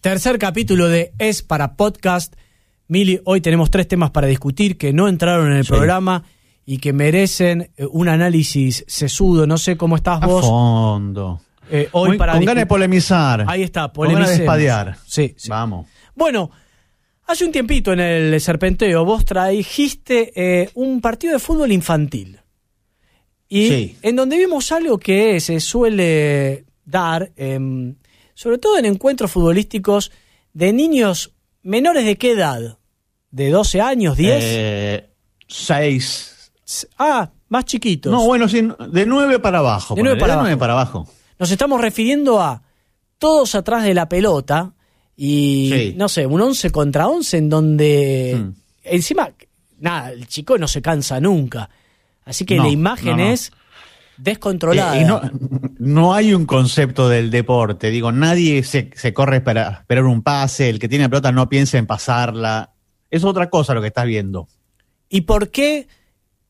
Tercer capítulo de Es para Podcast. Mili, hoy tenemos tres temas para discutir que no entraron en el Sí. programa y que merecen eh, un análisis sesudo. No sé cómo estás A vos fondo. eh, hoy Muy- para con discu- ganas de polemizar. Ahí está, Con ganas de polemicemos. espadear. Sí, sí. Vamos. Bueno, hace un tiempito en el Serpenteo vos trajiste eh, un partido de fútbol infantil. Y Sí. en donde vimos algo que se suele dar, em, sobre todo en encuentros futbolísticos de niños menores de qué edad? ¿De 12 años, 10? Eh, seis. S- ah, más chiquitos. No, bueno, sí, de nueve para abajo. De nueve ponele, para abajo. nueve para abajo. Nos estamos refiriendo a todos atrás de la pelota y Sí. no sé, un 11 contra 11 en donde Mm. encima nada, el chico no se cansa nunca. Así que No, la imagen no, no. es descontrolada. Eh, y no, no hay un concepto del deporte. Digo, nadie se, se corre para esperar un pase. El que tiene la pelota no piensa en pasarla. Es otra cosa lo que estás viendo. ¿Y por qué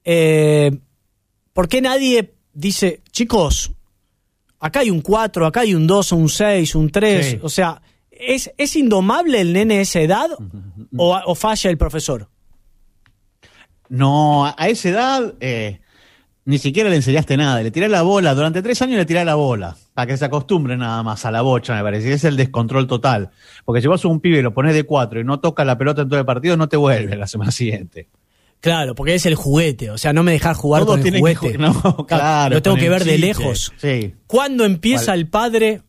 eh, por qué nadie dice, chicos, acá hay un 4, acá hay un 2, un 6, un 3, Sí. o sea, ¿es, ¿es indomable el nene de esa edad o- o falla el profesor? No, a a esa edad eh, ni siquiera le enseñaste nada. Le tiré la bola. Durante tres años le tiré la bola. Para que se acostumbre nada más a la bocha, me parece. Es el descontrol total. Porque si vos a un pibe y lo pones de cuatro y no toca la pelota en todo el partido, no te vuelve la semana siguiente. Claro, porque es el juguete, o sea, no me dejar jugar Todos con el tienen juguete. que ju- No, claro. Lo tengo con que el ver de chiste. lejos. Sí. ¿Cuándo empieza ¿Cuál? el padre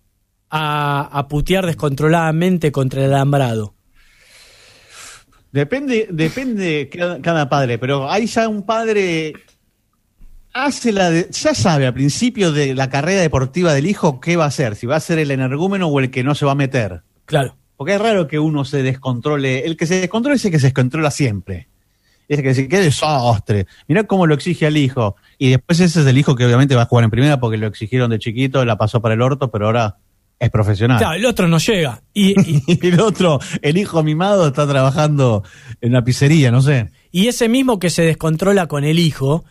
a, a putear descontroladamente contra el alambrado? Depende, depende cada, cada padre, pero hay ya un padre hace la de- ya sabe al principio de la carrera deportiva del hijo qué va a ser, si va a ser el energúmeno o el que no se va a meter. Claro. Porque es raro que uno se descontrole, el que se descontrole es el que se descontrola siempre. Es el que dice, qué desastre. Mirá cómo lo exige al hijo. Y después ese es el hijo que obviamente va a jugar en primera porque lo exigieron de chiquito, la pasó para el orto, pero ahora es profesional. Claro, el otro no llega. Y, y- Y el otro, el hijo mimado, está trabajando en la pizzería, no sé. y ese mismo que se descontrola con el hijo,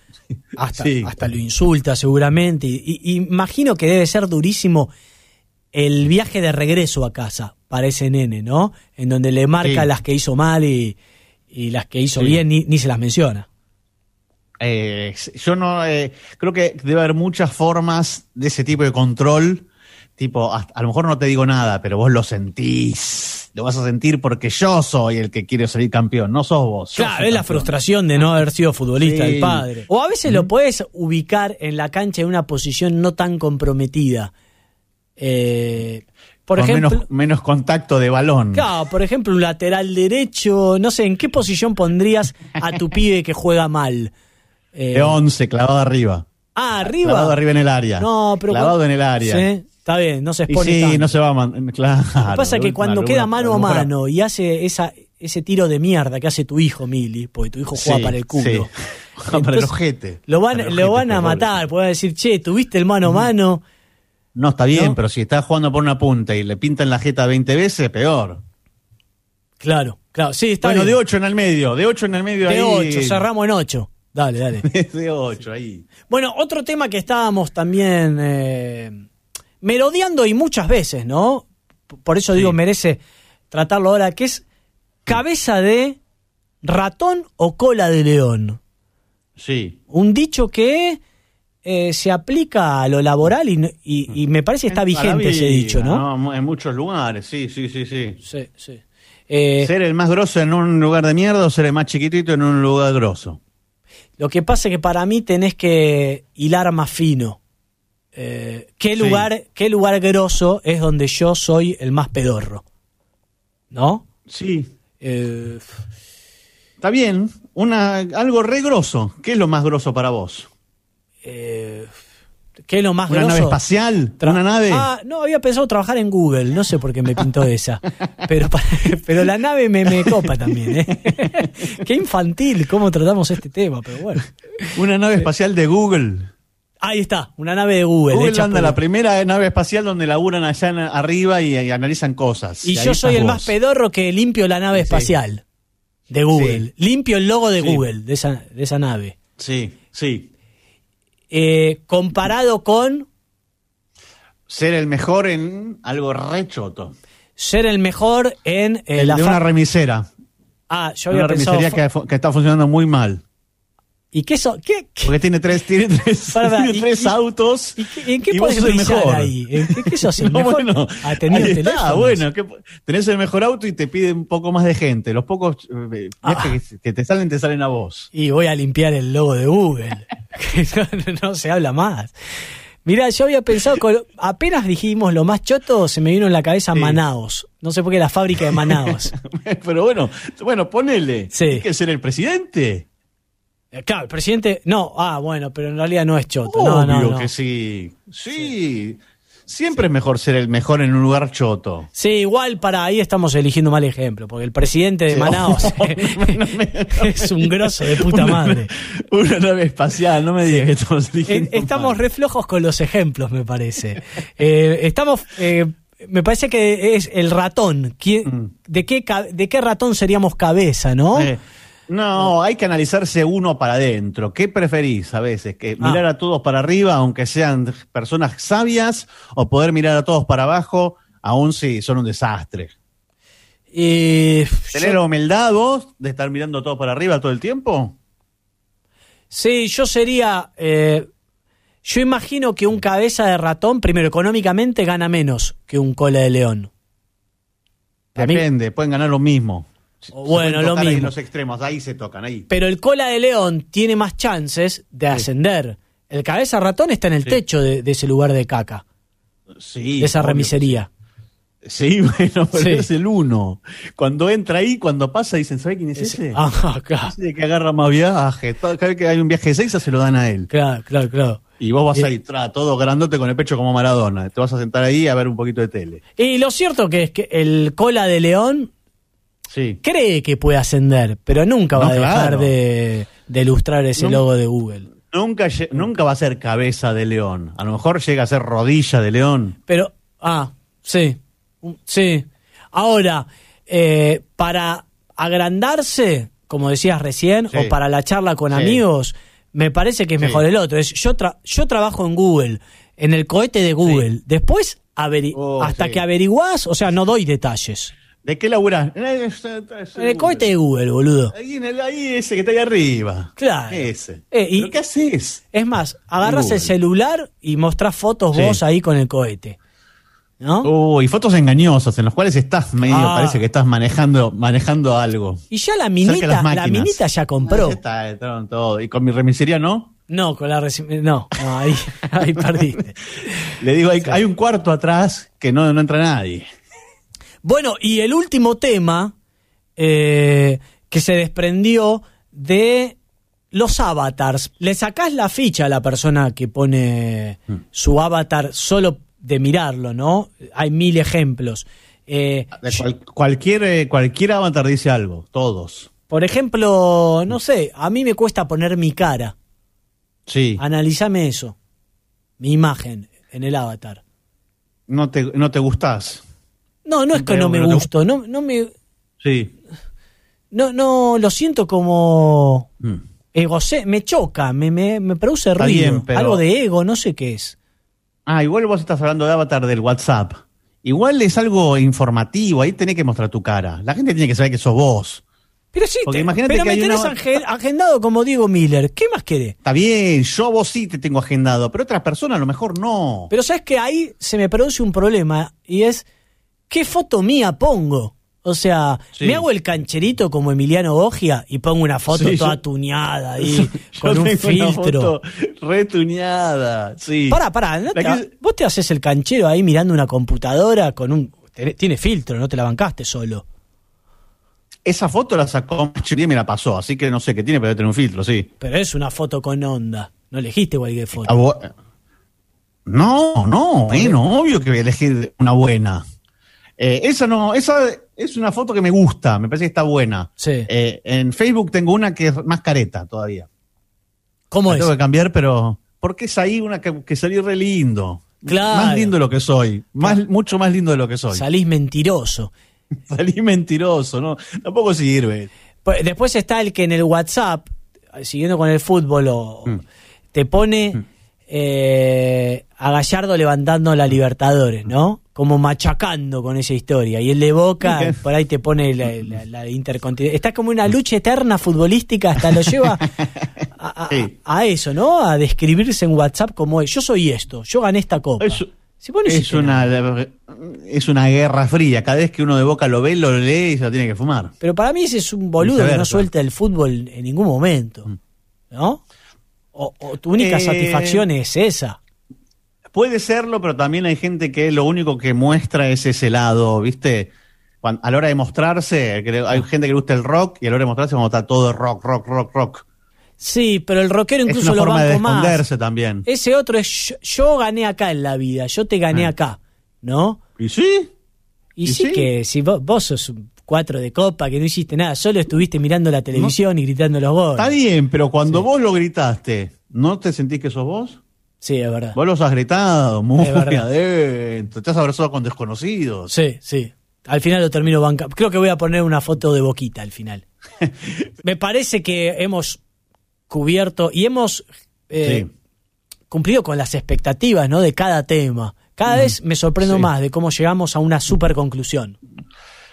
hasta, Sí. hasta lo insulta seguramente. Y, y- imagino que debe ser durísimo el viaje de regreso a casa para ese nene, ¿no? En donde le marca Sí. las que hizo mal y, y las que hizo Sí. bien, ni, ni se las menciona. Eh, yo no eh, creo que debe haber muchas formas de ese tipo de control. Tipo, a, a lo mejor no te digo nada, pero vos lo sentís. Lo vas a sentir porque yo soy el que quiere salir campeón, no sos vos. yo Claro, soy es la campeón. frustración de no haber sido futbolista Sí. del padre. O a veces lo puedes ubicar en la cancha en una posición no tan comprometida. Eh, por Con ejemplo, menos, menos contacto de balón. claro, por ejemplo, un lateral derecho, no sé, ¿en qué posición pondrías a tu pibe que juega mal? Eh, De 11, clavado arriba. ah, arriba. Clavado arriba en el área. No, pero clavado cuan- en el área. Sí, está bien, no se Y expone. sí, tanto. no se va a man- Claro. Lo que pasa es que cuando queda mano a mano mano y hace esa, ese tiro de mierda que hace tu hijo, Mili, porque tu hijo juega Sí, para el culo. sí. Juega para el Entonces, ojete. Lo Para van, el lo ojete, este van a pobre. matar, pueden decir, che, tuviste el mano a mano. No, está bien, ¿No? pero si está jugando por una punta y le pintan la jeta 20 veces, peor. Claro, claro, sí, está bueno, bien. de 8 en el medio, de 8 en el medio De ahí. ocho, cerramos en 8. Dale, dale. de 8 ahí. bueno, otro tema que estábamos también eh, merodeando y muchas veces, ¿no? P- Por eso digo, Sí. merece tratarlo ahora, que es cabeza de ratón o cola de león. Sí. Un dicho que eh, se aplica a lo laboral y, no- y- y me parece que está Para la vigente ese vida, dicho, ¿no? En muchos lugares, sí, sí, sí, sí. Sí, sí. Eh, Ser el más grosso en un lugar de mierda o ser el más chiquitito en un lugar grosso. Lo que pasa es que para mí tenés que hilar más fino. Eh, ¿qué, Sí. lugar, ¿Qué lugar grosso es donde yo soy el más pedorro? ¿No? Sí. Eh, Está bien, una, algo re grosso. ¿Qué es lo más grosso para vos? eh, ¿Qué es lo más ¿Una grosso? nave espacial? Tra- ¿Una nave? Ah, no, había pensado trabajar en Google, no sé por qué me pintó esa. Pero, pa- pero la nave me, me copa también. ¿eh? qué infantil cómo tratamos este tema, pero bueno. ¿Una nave espacial de Google? Ahí está, una nave de Google. Google Pues hecha anda por- la primera nave espacial donde laburan allá en- arriba y, y analizan cosas. Y ahí yo estás soy el vos. más pedorro que limpio la nave Sí. espacial de Google. Limpio el logo de Sí. Google, de esa, de esa nave. Sí, sí. Eh, comparado con... Ser el mejor en algo rechoto. ser el mejor en eh, El la de fa- una remisera. Ah, yo había Una pensado. remisería que, fu- que está funcionando muy mal. ¿Y qué so- qué- qué- Porque tiene tres, tiene tres, Pará, tiene y- tres y- autos. y qué- ¿En qué y vos podés sos el brillar mejor. ahí? ¿En qué, qué sos el No, mejor? Ah, este bueno, Atendido ahí está, teléfonos. bueno, que po- tenés el mejor auto y te pide un poco más de gente. Los pocos eh, Ah. viajes que, que te salen, te salen a vos. Y voy a limpiar el logo de Google. que no, no- no se habla más. Mirá, yo había pensado, con- apenas dijimos lo más choto, se me vino en la cabeza Sí. Manaos. No sé por qué la fábrica de Manaos. Pero bueno, bueno, ponele. Sí. Hay que ser el presidente. Eh, claro, el presidente, no, ah, bueno, pero en realidad no es choto. no, no, Obvio no. que sí. Sí. Siempre es mejor ser el mejor en un lugar choto. Sí, igual para ahí estamos eligiendo mal ejemplo, porque el presidente de Sí, Manaos no me- es un grosso de puta madre. Una nave espacial, no me digas que estamos Eh, eligiendo Estamos mal. re flojos con los ejemplos, me parece. Eh, estamos. eh, me parece que es el ratón. ¿Quién- Mm. de, qué, ca- ¿De qué ratón seríamos cabeza, no? Eh, no, hay que analizarse uno para adentro. ¿Qué preferís a veces? ¿Que Ah. mirar a todos para arriba, aunque sean personas sabias, o poder mirar a todos para abajo, aun si son un desastre? Eh, ¿Tener yo- la humildad vos de estar mirando a todos para arriba todo el tiempo? sí, yo sería. eh, yo imagino que un cabeza de ratón, primero, económicamente gana menos que un cola de león. A mí- Depende, pueden ganar lo mismo. Se O bueno, pueden lo tocar ahí en mismo. los extremos, ahí se tocan, ahí. Pero el cola de león tiene más chances de ascender. El cabeza de ratón está en el Sí. techo de, de ese lugar de caca, Sí, de esa obvio. remisería. Sí, bueno, pero Sí. es el uno. Cuando entra ahí, cuando pasa, dicen, ¿sabe quién es ese? Ah, claro. Ese que agarra más viaje. Todo- Cada vez que hay un viaje de sexa se lo dan a él. Claro, claro, claro. Y vos vas Bien. ahí, tra, todo grandote con el pecho como Maradona. Te vas a sentar ahí a ver un poquito de tele. Y lo cierto que es que el cola de león Sí. cree que puede ascender, pero nunca va No, a dejar claro. de, de ilustrar ese No. logo de Google. Nunca, lle- nunca va a ser cabeza de león. A lo mejor llega a ser rodilla de león. Pero, ah, sí, un- sí. Ahora, eh, para agrandarse, como decías recién, Sí. o para la charla con Sí. amigos, me parece que es Sí. mejor el otro. Es, yo, tra- yo trabajo en Google, en el cohete de Google. Después, averi- Oh, hasta sí. que averiguás, o sea, no doy detalles. ¿De qué Eh, laburás? En el cohete de Google, boludo. Ahí, en el- ahí ese que está ahí arriba. Claro. Ese. Eh, y- ¿Pero qué haces? Es más, agarras Google. el celular y mostrás fotos Sí. Oh. vos ahí con el cohete. ¿No? Uy, fotos engañosas en las cuales estás medio, Ah. parece que estás manejando, manejando algo. Y ya la Cerca de las minita, la máquinas. minita ya compró. Ah, ya está, entraron todo. Y con mi remisería no. No, con la reci- No, no, ahí, ahí perdiste. Le digo, hay, hay un cuarto atrás que no, no entra nadie. Bueno, y el último tema eh, que se desprendió de los avatars. Le sacás la ficha a la persona que pone Hmm. su avatar solo de mirarlo, ¿no? Hay mil ejemplos. Eh, Ah, De cual- cualquier, eh, cualquier avatar dice algo, todos. Por ejemplo, no sé, a mí me cuesta poner mi cara. Sí. Ah. Analízame eso. Mi imagen en el avatar. No te, no te gustás. No, no es que no me Pero no- gusto, no, no me Sí. no no lo siento como Mm. egocé, me choca, me, me, me produce Está ruido, bien, pero- algo de ego, no sé qué es. Ah, igual vos estás hablando de avatar del WhatsApp. Igual es algo informativo, ahí tenés que mostrar tu cara. La gente tiene que saber que sos vos. Pero sí, Porque te- imagínate pero que me hay tenés una- ange- agendado como Diego Miller, ¿qué más querés? Está bien, yo a vos sí te tengo agendado, pero otras personas a lo mejor no. Pero sabes que ahí se me produce un problema y es qué foto mía pongo. O sea, Sí. me hago el cancherito como Emiliano Gogia y pongo una foto Sí, toda yo- tuñada ahí Yo con un tengo una filtro. foto retuñada, sí. Pará, pará, no La te ha- que- vos te haces el canchero ahí mirando una computadora con un tenés- tiene filtro, no te la bancaste solo. Esa foto la sacó Machu y me la pasó, así que no sé qué tiene, pero debe tener un filtro, sí. Pero es una foto con onda. No elegiste cualquier A foto. vo- No, no, bueno, obvio que voy a elegir una buena. Eh, esa no, esa es una foto que me gusta, me parece que está buena. Sí. Eh, en Facebook tengo una que es más careta todavía. ¿Cómo La es? tengo que cambiar, pero porque es ahí una que, que salí re lindo. Claro. Más lindo de lo que soy, más, mucho más lindo de lo que soy. Salís mentiroso. Salí mentiroso, ¿no? Tampoco sirve. Pues, Después está el que en el WhatsApp, siguiendo con el fútbol, o- Mm. Mm. te pone eh, a Gallardo levantando la Libertadores, ¿no? como machacando con esa historia. Y el de Boca por ahí te pone la, Mm. la, la intercontinental. Está como una lucha eterna futbolística, hasta lo lleva a, a- Sí. a eso, ¿no? A describirse en WhatsApp como yo soy esto, yo gané esta copa. Es- Si vos no Es hiciste una, nada. es una guerra fría. Cada vez que uno de boca lo ve, lo lee y se lo tiene que fumar. Pero para mí ese es un boludo que no Viceversa. Mm. suelta el fútbol en ningún momento, ¿no? O, o tu única Eh, satisfacción es esa. Puede serlo, pero también hay gente que lo único que muestra es ese lado, ¿viste? Cuan- a la hora de mostrarse, que le- hay gente que le gusta el rock y a la hora de mostrarse como está todo rock, rock, rock, rock. Sí, pero el rockero es incluso una lo forma de banco más. Eh, esconderse también. Ese otro es yo, yo gané acá en la vida, yo te gané Ah. acá, ¿no? ¿Y sí? Y, Y sí, sí. que si vos, vos sos un cuatro de copa, que no hiciste nada, solo estuviste mirando la televisión y gritando los goles. Está bien, pero cuando vos lo gritaste, ¿no te sentís que sos vos? Sí, es verdad. Vos los has gritado muy Es verdad. adentro, te has abrazado con desconocidos. Sí, sí. Al final lo termino banca. Creo que voy a poner una foto de Boquita al final. Me parece que hemos cubierto y hemos eh, Sí. cumplido con las expectativas ¿no? de cada tema. Cada vez me sorprendo Mm. sí. más de cómo llegamos a una super conclusión.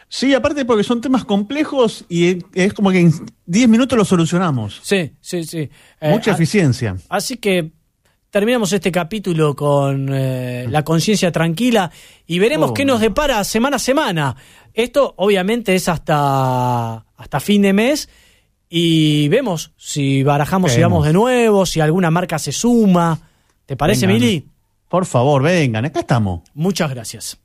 Sí, aparte porque son temas complejos y es como que en 10 minutos lo solucionamos. Sí, sí, sí. Eh, ah, Mucha eficiencia. Así que terminamos este capítulo con eh, la conciencia tranquila y veremos Mm. Oh. qué nos depara semana a semana. Esto obviamente es hasta, hasta fin de mes y vemos si barajamos y Vemos. vamos de nuevo, si alguna marca se suma. ¿Te parece, Vengan. Mili? Por favor, vengan, acá estamos. Muchas gracias.